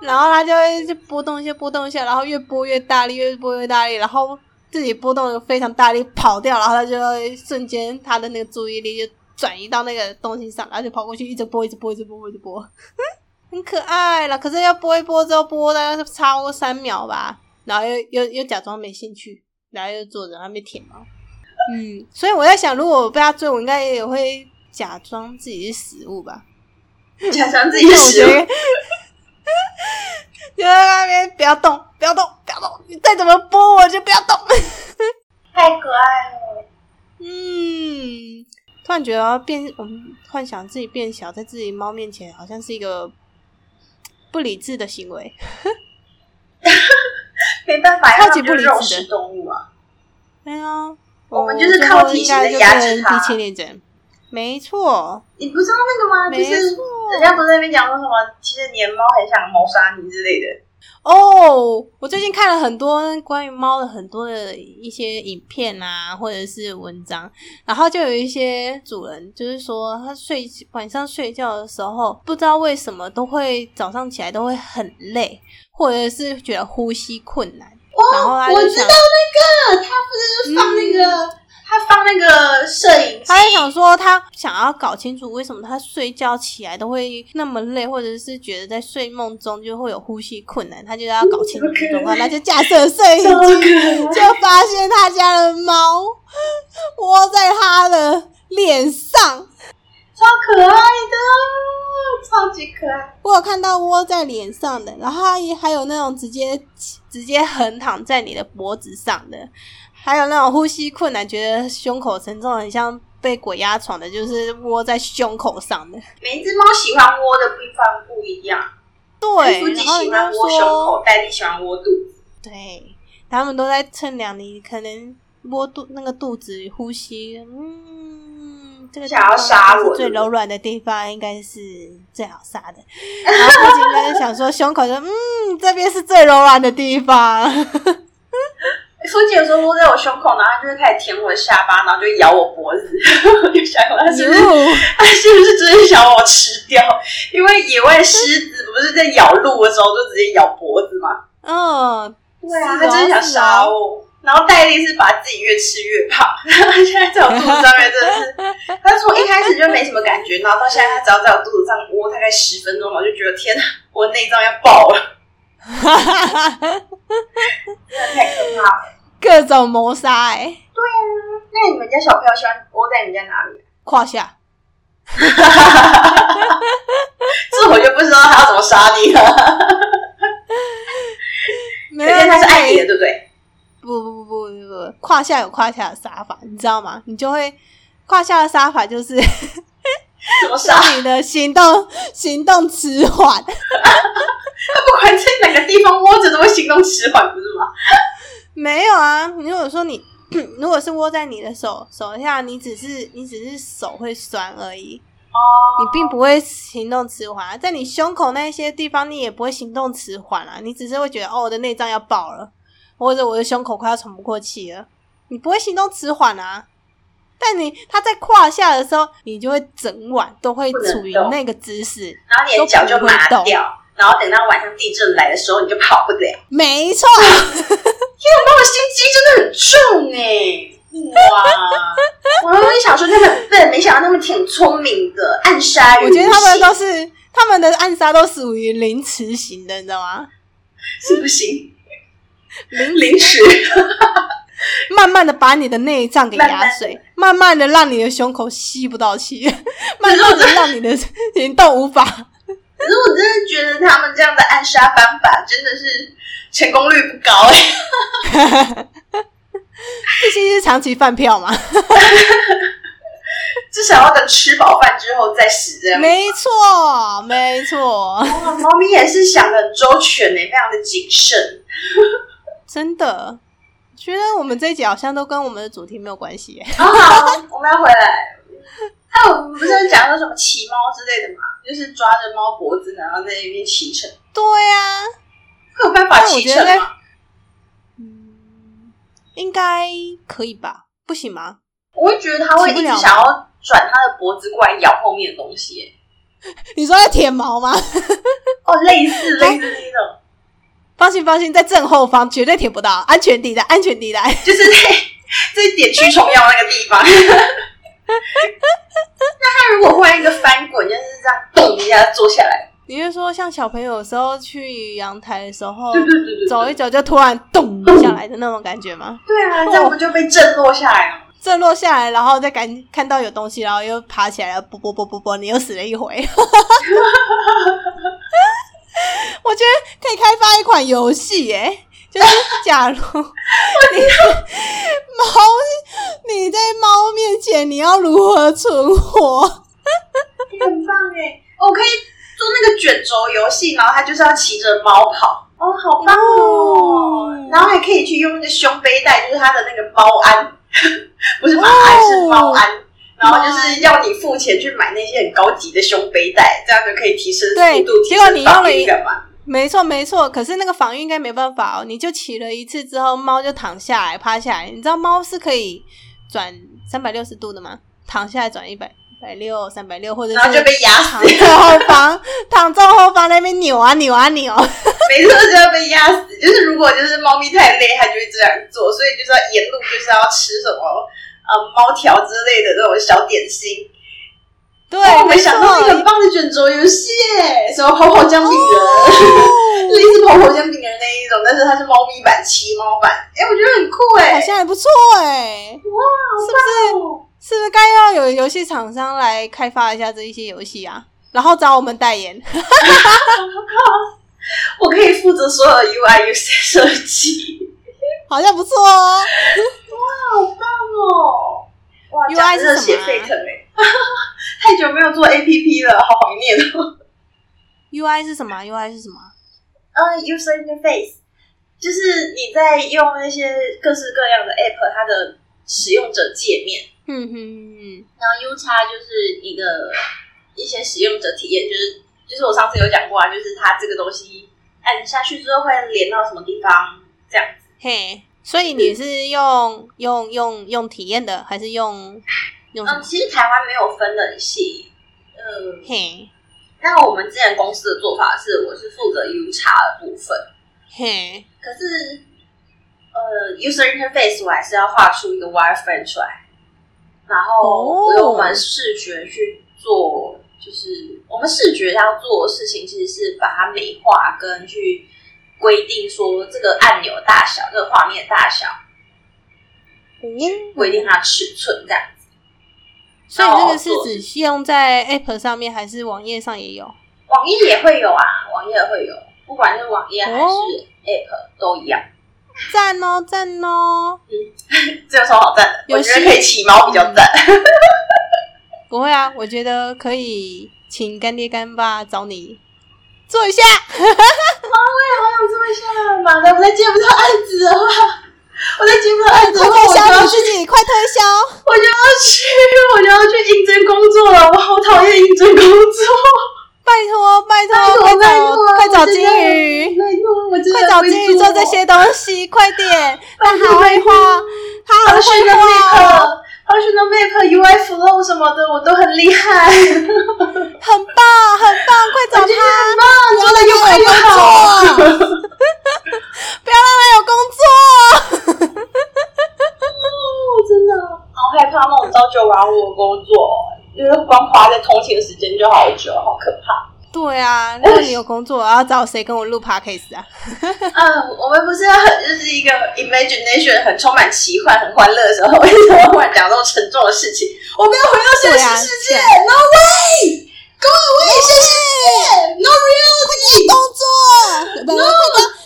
A: 然后他就会就波动一下，波动一下，然后越拨越大力，越拨越大力，然后自己波动的非常大力跑掉，然后他就会瞬间他的那个注意力就转移到那个东西上，然后就跑过去一直拨，一直拨，一直拨，一直拨， 很可爱啦。可是要拨一拨之后，拨大概是超过三秒吧，然后又又又假装没兴趣，然后又坐着还没舔毛。嗯，所以我在想，如果我被他追，我应该也会假装自己是食物吧。
B: 假装自己
A: 因为
B: 的
A: 我
B: 食
A: 觉
B: 物
A: 得， 就在那边不要动，不要动，不要动，你再怎么拨我就不要动。
B: 太可爱了。
A: 嗯，突然觉得要变，我们幻想自己变小，在自己猫面前，好像是一个不理智的行为。
B: 没办法，因为
A: 超
B: 它
A: 级
B: 们就
A: 不
B: 是
A: 理智
B: 肉
A: 的
B: 食动物啊。
A: 对啊，
B: 我们
A: 哦
B: 就是
A: 最
B: 靠
A: 后
B: 体
A: 应
B: 型
A: 该
B: 的
A: 就
B: 压
A: 变
B: 制
A: 成
B: 它
A: 低青年人，没错，
B: 你不知道那个吗？就
A: 没
B: 是
A: 错。
B: 人家不是在那边讲说什么，其实你的猫很想谋杀你之类的。
A: 哦，我最近看了很多关于猫的很多的一些影片啊，或者是文章，然后就有一些主人就是说，他睡晚上睡觉的时候，不知道为什么都会早上起来都会很累，或者是觉得呼吸困难，然后他
B: 我
A: 就
B: 知
A: 想
B: 道，那个，他不是放那个，他放那个摄影机，
A: 他就想说，他想要搞清楚为什么他睡觉起来都会那么累，或者是觉得在睡梦中就会有呼吸困难，他就要搞清楚 这种话，他就架设摄影
B: 这么
A: 机。
B: 可
A: 就
B: 爱。
A: 发现他家的猫窝在他的脸上，
B: 超可爱的，超级可爱。
A: 我有看到窝在脸上的，然后它也还有那种直接直接横躺在你的脖子上的，还有那种呼吸困难，觉得胸口沉重，很像被鬼压床的，就是窝在胸口上的。
B: 每一只猫喜欢窝的地方不一样，
A: 对，
B: 腹肌
A: 然后
B: 喜
A: 人
B: 欢
A: 家
B: 窝胸
A: 说，
B: 口，丹妮喜欢窝肚子。
A: 对，他们都在称量你可能窝肚那个肚子呼吸，嗯，这个地
B: 想要
A: 方
B: 杀
A: 是
B: 我
A: 最
B: 的
A: 柔软的地方，应该是最好杀的。然后父亲应该就想说，胸口说，嗯，这边是最柔软的地方。
B: 夫哎姐有时候窝在我胸口，然后它就会开始舔我的下巴，然后就咬我脖子。 我就想，它是不是它是不是真的想把我吃掉？因为野外狮子不是在咬鹿的时候就直接咬脖子吗？
A: 嗯，
B: 对啊，
A: 是
B: 它
A: 哦
B: 真的想
A: 是哦
B: 杀我。然后戴笠是把自己越吃越胖， 它现在在我肚子上面真的是，它从一开始就没什么感觉，然后到现在它只要在我肚子上窝大概十分钟，我就觉得天哪，我内脏要爆 了，太可怕了。
A: 各种谋杀、哎，
B: 那你们家小朋友喜欢窝在你们家哪里？
A: 胯下。
B: 这我就不知道他要怎么杀你 了。
A: 没
B: 可
A: 有，
B: 见他是爱你的，对不对？
A: 不不不不不不，胯下有胯下的杀法，你知道吗？你就会胯下的杀法就是
B: 怎么 杀？
A: 让你的行动行动迟缓。
B: 不管在哪个地方窝着都会行动迟缓，不是吗？
A: 没有啊，如果说你 如果是窝在你的手手下，你只是你只是手会酸而已，
B: 哦，
A: 你并不会行动迟缓啊。在你胸口那些地方，你也不会行动迟缓啊，你只是会觉得哦，我的内脏要爆了，或者我的胸口快要喘不过气了，你不会行动迟缓啊。但你他在胯下的时候，你就会整晚都会
B: 不能
A: 处于
B: 动
A: 那个姿势，
B: 然后你的脚就麻
A: 都不会
B: 掉，然后等到晚上地震来的时候，你就跑不了。
A: 没错，
B: 那我心机真的很重哎、哇！ 我原本想说他们很笨，没想到他们挺聪明的，暗杀于
A: 我
B: 无
A: 觉得他们
B: 形
A: 都是他们的暗杀都属于凌迟型的，你知道吗？
B: 是不行，
A: 凌
B: 凌迟，
A: 慢慢的把你的内脏给压碎，慢慢的让你的胸口吸不到气， 慢慢的让你的 行动无法。
B: 可是我真的觉得他们这样的暗杀方法真的是成功率不高哎、
A: 这些是长期饭票嘛？
B: 至少要等吃饱饭之后再使这样。
A: 没错，没错，
B: 哇，猫咪也是想的很周全欸呢、非常的谨慎。
A: 真的。觉得我们这一集好像都跟我们的主题没有关系耶，
B: 好好，我们要回来。还有，我们不是讲说什么骑猫之类的嘛，就是抓着猫脖子，然后在那边骑乘，
A: 对啊呀、
B: 会有办法骑乘
A: 那我觉
B: 吗？
A: 嗯，应该可以吧？不行吗？
B: 我会觉得它会一
A: 骑
B: 直
A: 不了吗
B: 想要转它的脖子过来咬后面的东西耶、
A: 你说要舔毛吗？
B: 哦，类似类似那种，
A: 放心，放心，在正后方绝对舔不到，安全地带，安全地带。
B: 就是在在点驱虫药那个地方。 那它如果忽然一个翻滚，就是这样咚一下坐下来，
A: 你是说像小朋友有时候去阳台的时候
B: 对，对对对，
A: 走一走就突然咚下来的那种感觉吗？
B: 对啊，这样不就被震落下来了吗？
A: 震落下来，然后再赶看到有东西，然后又爬起来了，啵啵啵啵啵，你又死了一回。我觉得可以开发一款游戏耶，就是 假如你猫，你在猫面前，你要如何存活？
B: 你很棒哎！我可以做那个卷轴游戏，然后它就是要骑着猫跑，哦，好棒哦！
A: 哦
B: 然后还可以去用那个胸背带，就是它的那个猫鞍， 不是马鞍，是
A: 哦
B: 猫鞍。然后就是要你付钱去买那些很高级的胸背带，这样就可以提升
A: 对
B: 速度，提
A: 结果
B: 升
A: 你用
B: 防
A: 了
B: 御
A: 一
B: 感嘛。
A: 没错，没错。可是那个防御应该没办法哦，你就骑了一次之后，猫就躺下来趴下来。你知道猫是可以转三百六十度的吗？躺下来转一百百六、三百六，或者
B: 然后就是被压死
A: 躺，正后方，躺正后方那边扭啊扭啊扭。
B: 每次都就要被压死。就是如果就是猫咪太累，它就会这样做，所以就是要沿路就是要吃什么呃猫条之类的这种小点心，
A: 对，
B: 哦，我
A: 没
B: 没
A: 错
B: 想到一个很棒的卷轴游戏耶，什么跑跑姜饼人，
A: 哦
B: 类似跑跑姜饼人那一种，但是它是猫咪版、骑猫版，哎、我觉得很酷哎，哦
A: 好像还不错哎、
B: 是不
A: 是不是该要有游戏厂商来开发一下这一些游戏啊？然后找我们代言，
B: 是？我可以负责所有的 UI、UX 设计，
A: 好像不错哦。
B: 好棒哦！哇
A: UI
B: 讲得热
A: 是
B: 血
A: 什么啊
B: 沸腾哎， 太久没有做 APP 了，好怀念哦。
A: UI 是什么啊？UI 是什么啊？
B: 呃、u s e r interface 就是你在用那些各式各样的 App，它的使用者界面。
A: 嗯哼哼，
B: 然后 U 叉就是一个一些使用者体验，就是就是我上次有讲过啊，就是它这个东西按下去之后会连到什么地方这样子。
A: 嘿，所以你是用用用用体验的，还是用用什
B: 嗯，
A: 么？
B: 其实台湾没有分得很细，嗯，
A: 嘿
B: 那我们之前公司的做法是，我是负责 U 叉的部分，
A: 嘿，
B: 可是呃，user interface 我还是要画出一个 wireframe 出来，然后
A: 哦
B: 我用我们视觉去做，就是我们视觉要做的事情，其实是把它美化跟去规定说这个按钮大小、这个画面大小，嗯规定它的尺寸这样。
A: 所以这个
B: 那我
A: 是只用在 App 上面，还是网页上也有？
B: 网页也会有啊，网页也会有，不管是网页还是
A: 哦
B: App 都一样。
A: 赞哦，赞哦！
B: 这有什么好赞的？我
A: 有
B: 觉得
A: 戏
B: 可以骑猫比 较赞。
A: 不会啊，我觉得可以请干爹干爸找你 做一下。
B: 我这么像马的，我再接不到案子的话， 我再接不到案子的
A: 快
B: 话，我
A: 推
B: 就
A: 销
B: 要
A: 你
B: 去，
A: 自己，快推销！
B: 我就要去，我就要去应征工作了。我好讨厌应征工 作，
A: 拜托，拜托，
B: 拜托
A: 快
B: 拜托，
A: 找快找
B: 我真
A: 金
B: 的
A: 鱼！
B: 拜托，我真的
A: 快找金鱼做这些东西，快点！他好会画，他
B: 好
A: 好
B: 训
A: 会
B: 的
A: 画哦，
B: 课，好 Original Map、UI Flow 什么的，我都很厉害，
A: 很棒，很 棒，快找
B: 我觉得
A: 他！
B: 很棒，做的又
A: 哎
B: 快又好。
A: 不要让他有工作，啊 不要让他有工作。
B: 哦，真的好害怕梦到九晚五的工作，因为光花在通勤的时间就好久，好可怕。
A: 对啊，如果你有工作，我要找谁跟我录 podcast 啊？
B: 嗯，我们不是很就是一个 imagination 很充满奇幻、很欢乐的时候， 为什么忽然讲这种沉重的事情？我们要回到现实世界、
A: 对啊
B: n o way，Go
A: 哎
B: away，现实世界，No reality。
A: 工作，不不，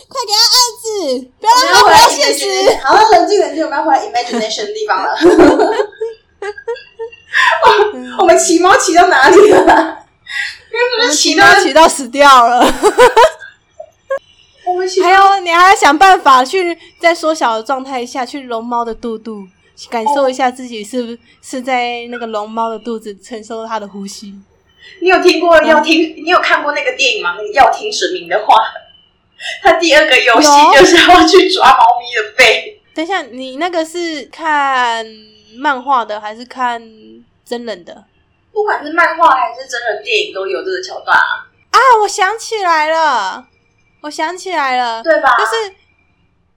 A: 快给他快给他案子，不要
B: 我
A: 让他回到现实。
B: imagination 好，冷静冷静，我们要回到 imagination 的地方了。
A: 嗯
B: 我们骑猫骑到哪里了？
A: 我
B: 因为不
A: 们
B: 是嗯骑
A: 骑
B: 到
A: 到骑到死掉了，
B: 我们骑
A: 还有你还要想办法去在缩小的状态下去揉猫的肚肚，感受一下自己是不是是在那个龙猫的肚子承受它的呼吸。
B: 你有听过要听？你有看过那个电影吗？那个要听神明的话。 他第二个游戏
A: 有
B: 就是要去抓猫咪的背。
A: 等一下，你那个是看漫画的还是看真人的？
B: 不管是漫画还是真人电影，都有这个桥段啊，
A: 啊，我想起来了，我想起来了，
B: 对吧？
A: 就是，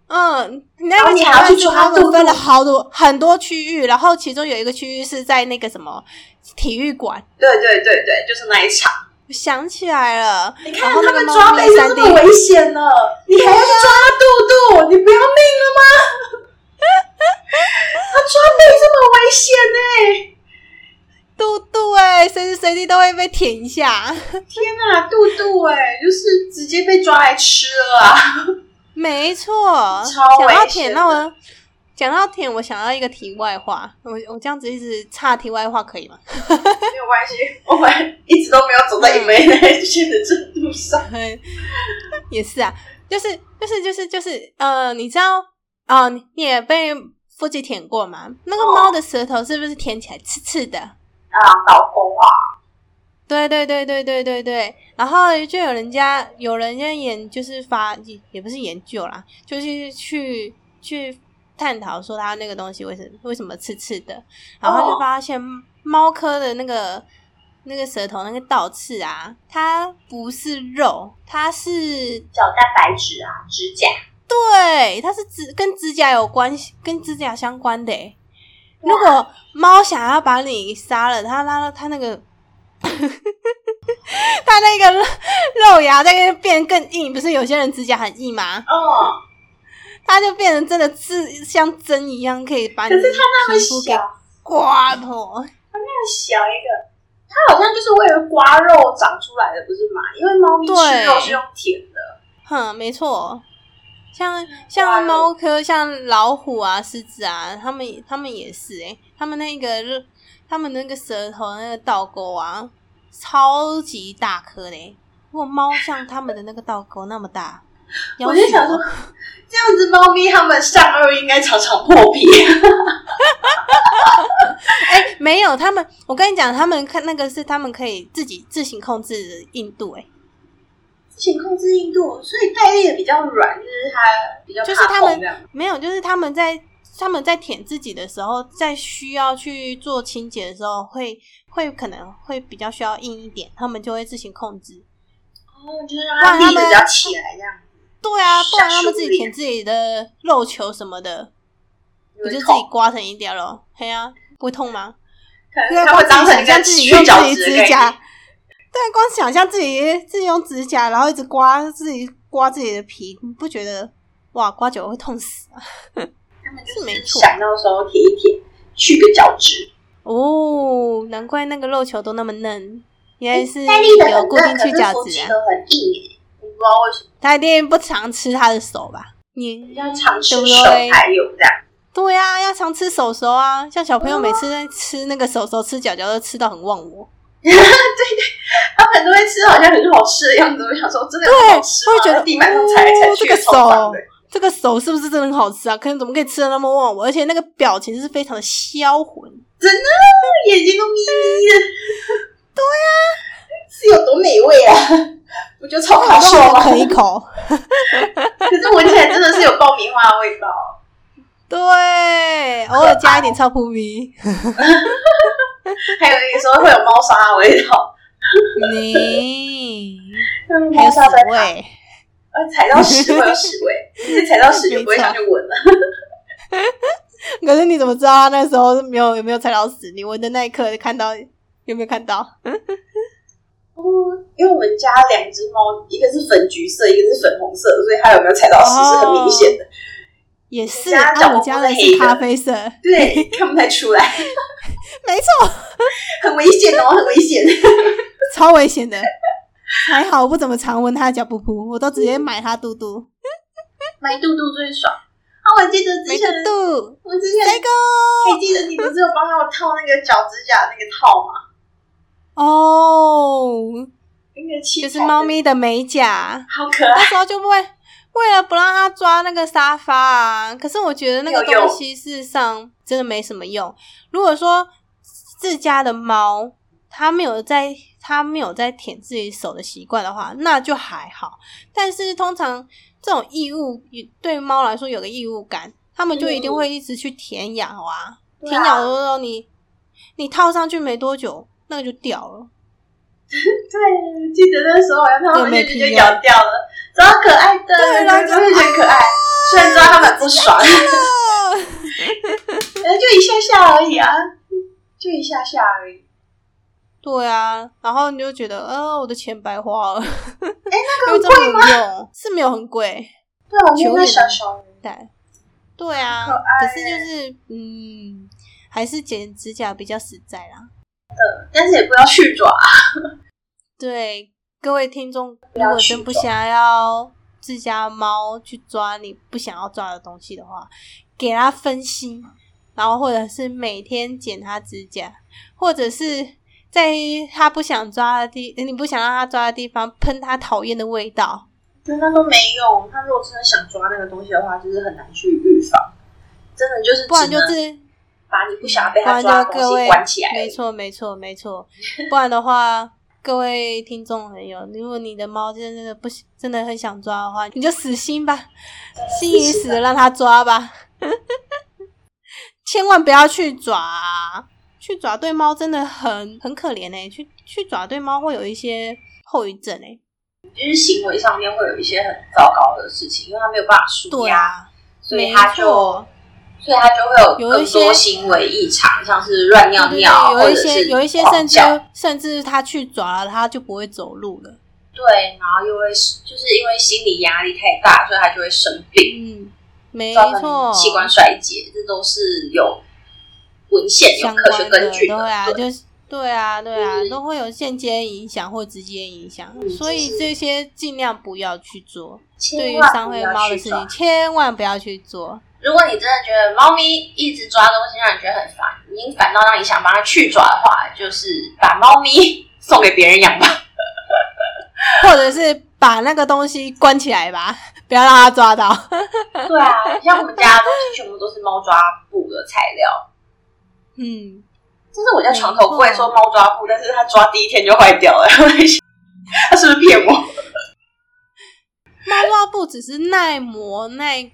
A: 嗯，
B: 然
A: 那
B: 后
A: 个
B: 你
A: 桥
B: 还要去
A: 段是
B: 抓
A: 他
B: 肚
A: 们分
B: 肚
A: 了好多很多区域，然后其中有一个区域是在那个什么体育馆，
B: 对对对对，就是那一场。
A: 我想起来了，
B: 你
A: 然
B: 看
A: 后
B: 他
A: 那个
B: 们
A: 猫
B: 抓
A: 咪
B: 背就
A: 三
B: 这
A: D
B: 么危险了，你还要去抓它肚肚，你不要命了吗？ 他抓背这么危险呢、
A: 肚肚哎，随时随地都会被舔一下，
B: 天哪、肚肚哎、就是直接被抓来吃了啊！
A: 没错。
B: 超
A: 讲到
B: 危险
A: 舔，那我讲到舔，我想到一个题外话，我我这样子一直岔题外话可以吗？
B: 没有关系，我们一直都没有走在
A: 嗯
B: imagination 的正路上。
A: 也是啊，就是就是就是就是，呃，你知道啊、呃你也被腹肌舔过吗？那个猫的舌头是不是舔起来刺刺的？
B: 啊，老公啊，
A: 对对对对对对对，然后就有人家有人家研就是发也也不是研究啦，就是去去探讨说它那个东西为什么为什么刺刺的，然后就发现猫科的那个那个舌头那个倒刺啊，它不是肉，它是
B: 角蛋白质啊，指甲。
A: 对，它是指跟指甲有关系，跟指甲相关的欸。如果猫想要把你杀了，它拉了它那个， 它那个肉芽在那边变更硬，不是有些人指甲很硬吗？
B: 哦，
A: 它就变成真的刺，像针一样，可以把你
B: 可是它那么
A: 皮肤给
B: 小，
A: 刮破。
B: 那么小一个，它好像就是为了刮肉长出来的，不是吗？因为猫咪吃
A: 对
B: 肉是用舔的。
A: 哼，没错，像像猫科、像老虎啊、狮子啊，它们它们也是诶、它们那个热，它们那个舌头那个倒钩啊，超级大颗嘞、如果猫像它们的那个倒钩那么大，
B: 我就想说，这样子猫咪它们上颚应该常常破皮。
A: 哎、没有，它们，我跟你讲，它们看那个是它们可以自己自行控制的硬度诶、欸
B: 自行控制硬度，所以戴笠也比较软，就是它比较
A: 就是
B: 怕
A: 它
B: 痛
A: 们
B: 这样。
A: 没有，就是他们在他们在舔自己的时候，在需要去做清洁的时候，会会可能会比较需要硬一点，他们就会自行控制。
B: 哦，就是让它立着
A: 不然它们
B: 比较起来这样，
A: 对啊，不然他们
B: 下手
A: 自己
B: 力
A: 舔自己的肉球什么的，
B: 有
A: 我就
B: 点
A: 自己
B: 痛。
A: 刮成一条咯。嘿啊，不会痛吗？
B: 可
A: 对
B: 能
A: 啊，
B: 它
A: 光
B: 会当成一个
A: 想象自己
B: 去
A: 用
B: 角
A: 自己
B: 质的概
A: 指
B: 念。
A: 甲，对，啊光想象自己自己用指甲，然后一直刮自己刮自己的皮，你不觉得哇，刮久了会痛死啊？
B: 他们
A: 是没错
B: 想到时候舔一舔，去个角质。
A: 哦，难怪那个肉球都那么嫩，原来是
B: 戴笠的
A: 有
B: 很
A: 固定
B: 嫩，可
A: 去
B: 是
A: 角
B: 佛
A: 质
B: 吉
A: 啊
B: 的。很硬哎，我不知道为什么，
A: 他一定不常吃他的手吧？你
B: 要常吃
A: 对不
B: 手
A: 对
B: 才有这样。
A: 对呀、要常吃手手啊！像小朋友每
B: 哦
A: 次在吃那个手手、吃脚脚都吃到很忘我，
B: 他们都会吃，好像很好吃的样子。我想说，真的
A: 对
B: 很好吃吗？
A: 会觉得
B: 在地板上踩来踩去，
A: 哦这个
B: 超棒的。
A: 这个手是不是真的很好吃啊？可能怎么可以吃的那么忘我？而且那个表情是非常的销魂，
B: 眼睛都眯眯 的。对呀、
A: 啊
B: 是有多美味啊！不就超好哦
A: 我
B: 受
A: 都
B: 吗
A: 还？没啃一口。
B: 可是闻起来真的是有爆米花的味道。
A: 对对，偶尔加一点超扑 咪。
B: 还有你说会有猫砂的味道，
A: 你
B: 嗯
A: 还
B: 猫
A: 有屎
B: 砂在爬，
A: 味，
B: 呃，踩到屎会有屎味，你踩到屎就不会想去闻了。
A: 可是你怎么知道他那时候没有有没有踩到屎？你闻的那一刻看到有没有看到？
B: 嗯因为我们家两只猫，一个是粉橘色，一个是粉红色，所以它有没有踩到屎是很明显的。
A: 哦也是，
B: 家
A: 啊，我
B: 脚
A: 家
B: 不
A: 的
B: 是
A: 是
B: 黑的
A: 咖啡色，
B: 对，看不太出来，
A: 没错，
B: 很危险哦，很危 险。
A: 超危险的。还好我不怎么常闻他的脚噗噗，我都直接买他肚肚，
B: 买肚肚最爽。啊，我记得之
A: 没
B: 前，
A: 肚肚，
B: 我之前
A: 这个
B: 还记得你不是有帮我套那个脚指甲那个套吗？
A: 哦，
B: 那个气
A: 就是
B: 泡
A: 猫，咪的美甲，
B: 好可爱。
A: 那时候就为为了不让它抓那个沙发啊，可是我觉得那个
B: 有用
A: 东西事实上真的没什么用。如果说自家的猫它没有在它没有在舔自己手的习惯的话，那就还好。但是通常这种异物对猫来说有个异物感，它们就一定会一直去舔咬啊，
B: 嗯对啊
A: 舔咬的时候你你套上去没多久，那个就掉了。
B: 对，记得那时候好像他
A: 对
B: 们
A: 没
B: 就直
A: 皮
B: 接
A: 啊
B: 咬掉了，超可爱的，
A: 对啦
B: 真的很可爱。
A: 啊
B: 虽然知道他们很不 爽，呃，就一下下而已啊，就一下下而已。
A: 对啊，然后你就觉得，呃，我的钱白花了。哎、
B: 那个
A: 因为真的没有用，是没有很贵，
B: 对，啊我觉
A: 久
B: 得那
A: 远
B: 小小人，
A: 但对啊，
B: 很可爱
A: 可是就是，嗯，还是剪指甲比较实在啦。
B: 但是也不要去抓。
A: 对，各位听众，如
B: 要
A: 果
B: 去
A: 真不
B: 抓
A: 想要自家猫去抓你不想要抓的东西的话，给它分析，然后或者是每天剪它指甲，或者是在它不想抓的地，你不想让它抓的地方喷它讨厌的味道。
B: 那他说没用，他如果真的想抓那个东西的话，就是很难去预防。真的就是，
A: 不然就是
B: 把你不想要被
A: 不
B: 他
A: 然
B: 抓的
A: 就
B: 东
A: 各
B: 西
A: 位
B: 关起来。
A: 没错，没错，没错。不然的话，各位听众朋友，如果你的猫真的不喜真的很想抓的话，你就死心吧，心已死了，让它抓吧。 千万不要去抓啊、去抓对猫真的很很可怜哎、去去抓对猫会有一些后遗症哎、
B: 就是行为上面会有一些很糟糕的事情，因为他没有办法舒
A: 对
B: 压，
A: 啊，
B: 所以他
A: 没
B: 就
A: 错
B: 所以他就会有
A: 有一
B: 更
A: 些
B: 多行为异常，像是乱尿
A: 对对
B: 尿，
A: 对，有
B: 或
A: 一
B: 者
A: 些
B: 是
A: 有一些
B: 狂
A: 甚至
B: 叫
A: 甚至它去抓了，它就不会走路了。
B: 对，然后又会就是因为心理压力太大，所以他就会生病，
A: 嗯，没
B: 造
A: 错，
B: 成器官衰竭，这都是有文献、有
A: 相
B: 科学
A: 关
B: 根
A: 的，
B: 据
A: 对啊，
B: 对
A: 就是对啊，对啊，
B: 嗯
A: 都会有间接影响或直接影响，
B: 嗯
A: 所以
B: 就是
A: 这些尽量不要去做。对
B: 千
A: 于
B: 万
A: 伤
B: 不
A: 害
B: 要
A: 猫的
B: 去
A: 事
B: 抓
A: 情，千万不要去做。
B: 如果你真的觉得猫咪一直抓东西让你觉得很烦，已经烦到让你想帮它去抓的话，就是把猫咪 送给别人养 吧。
A: 或者是把那个东西关起来吧，不要让它抓到。
B: 对啊，像我们家的东西全部都是猫抓布的材料，
A: 嗯，
B: 这是我家床头柜
A: 没错
B: 说猫抓布，但是它抓第一天就坏掉了， 它是不是骗我？
A: 猫抓布只是耐磨耐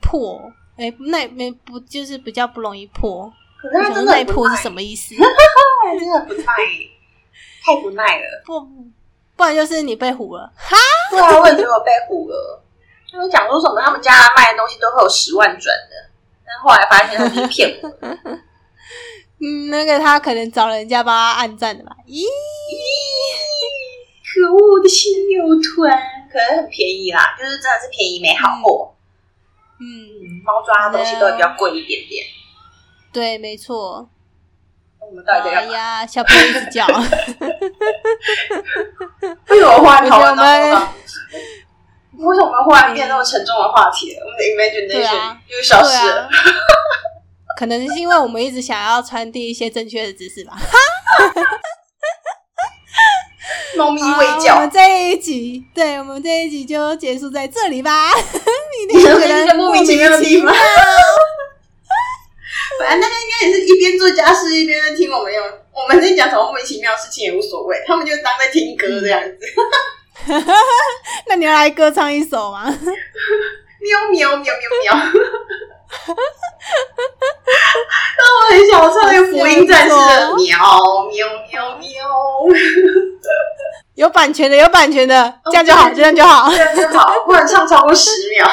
A: 破，哎、耐没不就是比较不容易破。
B: 可
A: 我
B: 是它
A: 想说
B: 真的
A: 耐
B: 很不
A: 破
B: 耐
A: 是，什么 意思？
B: 它真的不耐，太不耐了。
A: 不，不然就是你被唬了。
B: 对啊，我也觉得我被唬了。他们讲说什么他们家卖的东西都会有十万转的，但后来发现他们是骗我的。
A: 嗯，那个他可能找人家帮他按赞的吧？咦，
B: 可恶的亲友团，可能很便宜啦，就是真的是便宜没好货。
A: 嗯，
B: 嗯，猫抓的东西都会比较贵一点点。
A: 对，没错。
B: 那我们到底在
A: 哎
B: 干嘛？
A: 呀，小朋友一 直叫，啊
B: 为什么忽然讨
A: 我
B: 论到这
A: 觉得我们
B: 个？为什么忽然变那么沉重的话题了？我们的 imagination 又消
A: 对
B: 失
A: 啊
B: 了。，
A: 可能是因为我们一直想要传递一些正确的知识吧。
B: 猫咪
A: 好，
B: 喂
A: 我
B: 叫
A: 们，这一集，对我们这一集就结束在这里吧。 你一
B: 你
A: 定
B: 有
A: 觉
B: 一
A: 得
B: 个莫名其妙的地方。 反正大家应该也是一边做家事一边在听我们用，我们在讲什么莫名其妙的事情也无所谓，他们就当在听歌这样子。
A: 那你要来歌唱一首吗？
B: 喵喵喵喵喵。我很想唱那个福音战士
A: 好
B: 的
A: 羡慕哦
B: 喵喵喵喵，
A: 有版权的，有版权的，这样就好，
B: 哦对
A: 这样就好
B: 这。样就好，不能唱超过十秒，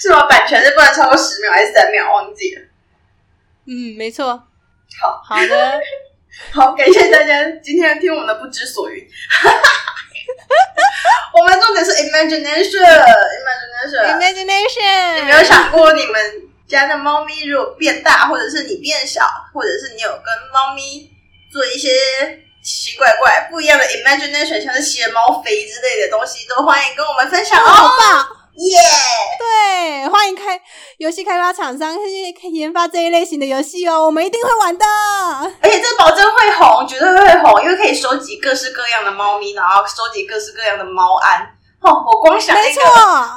B: 是吧？版权是不能超过十秒还是三秒？忘记了。
A: 嗯，没错。
B: 好
A: 好 的，
B: 好，感谢大家今天听我们的不知所云。 我们重点是 imagination，imagination。
A: imagination，
B: 你没有想过你们家的猫咪如果变大，或者是你变小，或者是你有跟猫咪做一些奇奇怪怪不一样的 imagination，像是吸了猫飞之类的东西，都欢迎跟我们分享
A: 好
B: 哦。
A: 棒！
B: 耶、
A: 对，欢迎开游戏开发厂商去研发这一类型的游戏哦，我们一定会玩的。
B: 而且这保证会红，绝对会红，因为可以收集各式各样的猫咪，然后收集各式各样的猫鞍。哦，我光想那
A: 没
B: 个，
A: 错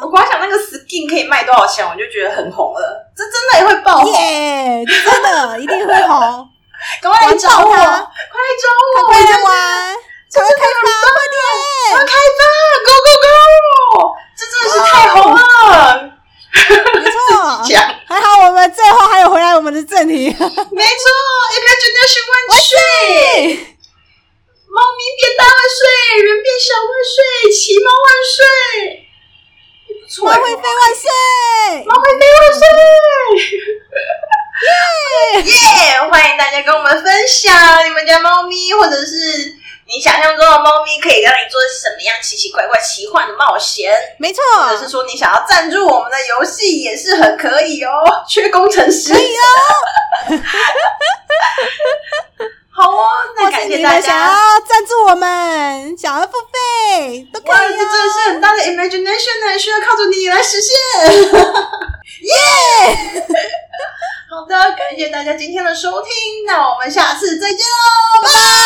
B: 我，光想那个 skin 可以卖多少钱，我就觉得很红了。这真的也会爆红，
A: 耶真的一定会 红，
B: 赶快来找我，快
A: 玩爆
B: 来
A: 它
B: 找
A: 快
B: 我，
A: 快
B: 我
A: 去
B: 要
A: 玩，快快开发，
B: 要
A: 快
B: 开发，Go Go Go！这真的是太红了，
A: 点，没错。
B: 讲、
A: 还好我们最后还有回来我们的正题，
B: 没错，Imagination 万岁，猫咪变大万岁，人变小万岁，骑猫万岁，不错，
A: 猫会飞万岁！
B: 猫会飞万岁！耶！欢迎大家跟我们分享你们家猫咪，或者是你想象中的猫咪可以让你做什么样奇奇怪怪、奇幻的冒险，
A: 没错，
B: 或者是说你想要赞助我们的游戏也是很可以哦，缺工程师。
A: 可以哦。
B: 好哦，那
A: 或是
B: 感谢
A: 你
B: 大
A: 们想
B: 家。
A: 要赞助我们，想要付费都可
B: 哇，这
A: 以
B: 真的
A: 哦。
B: 是很大的 imagination 呢，需要靠着你来实现。耶！好的，感谢大家今天的收听，那我们下次再见喽，拜拜。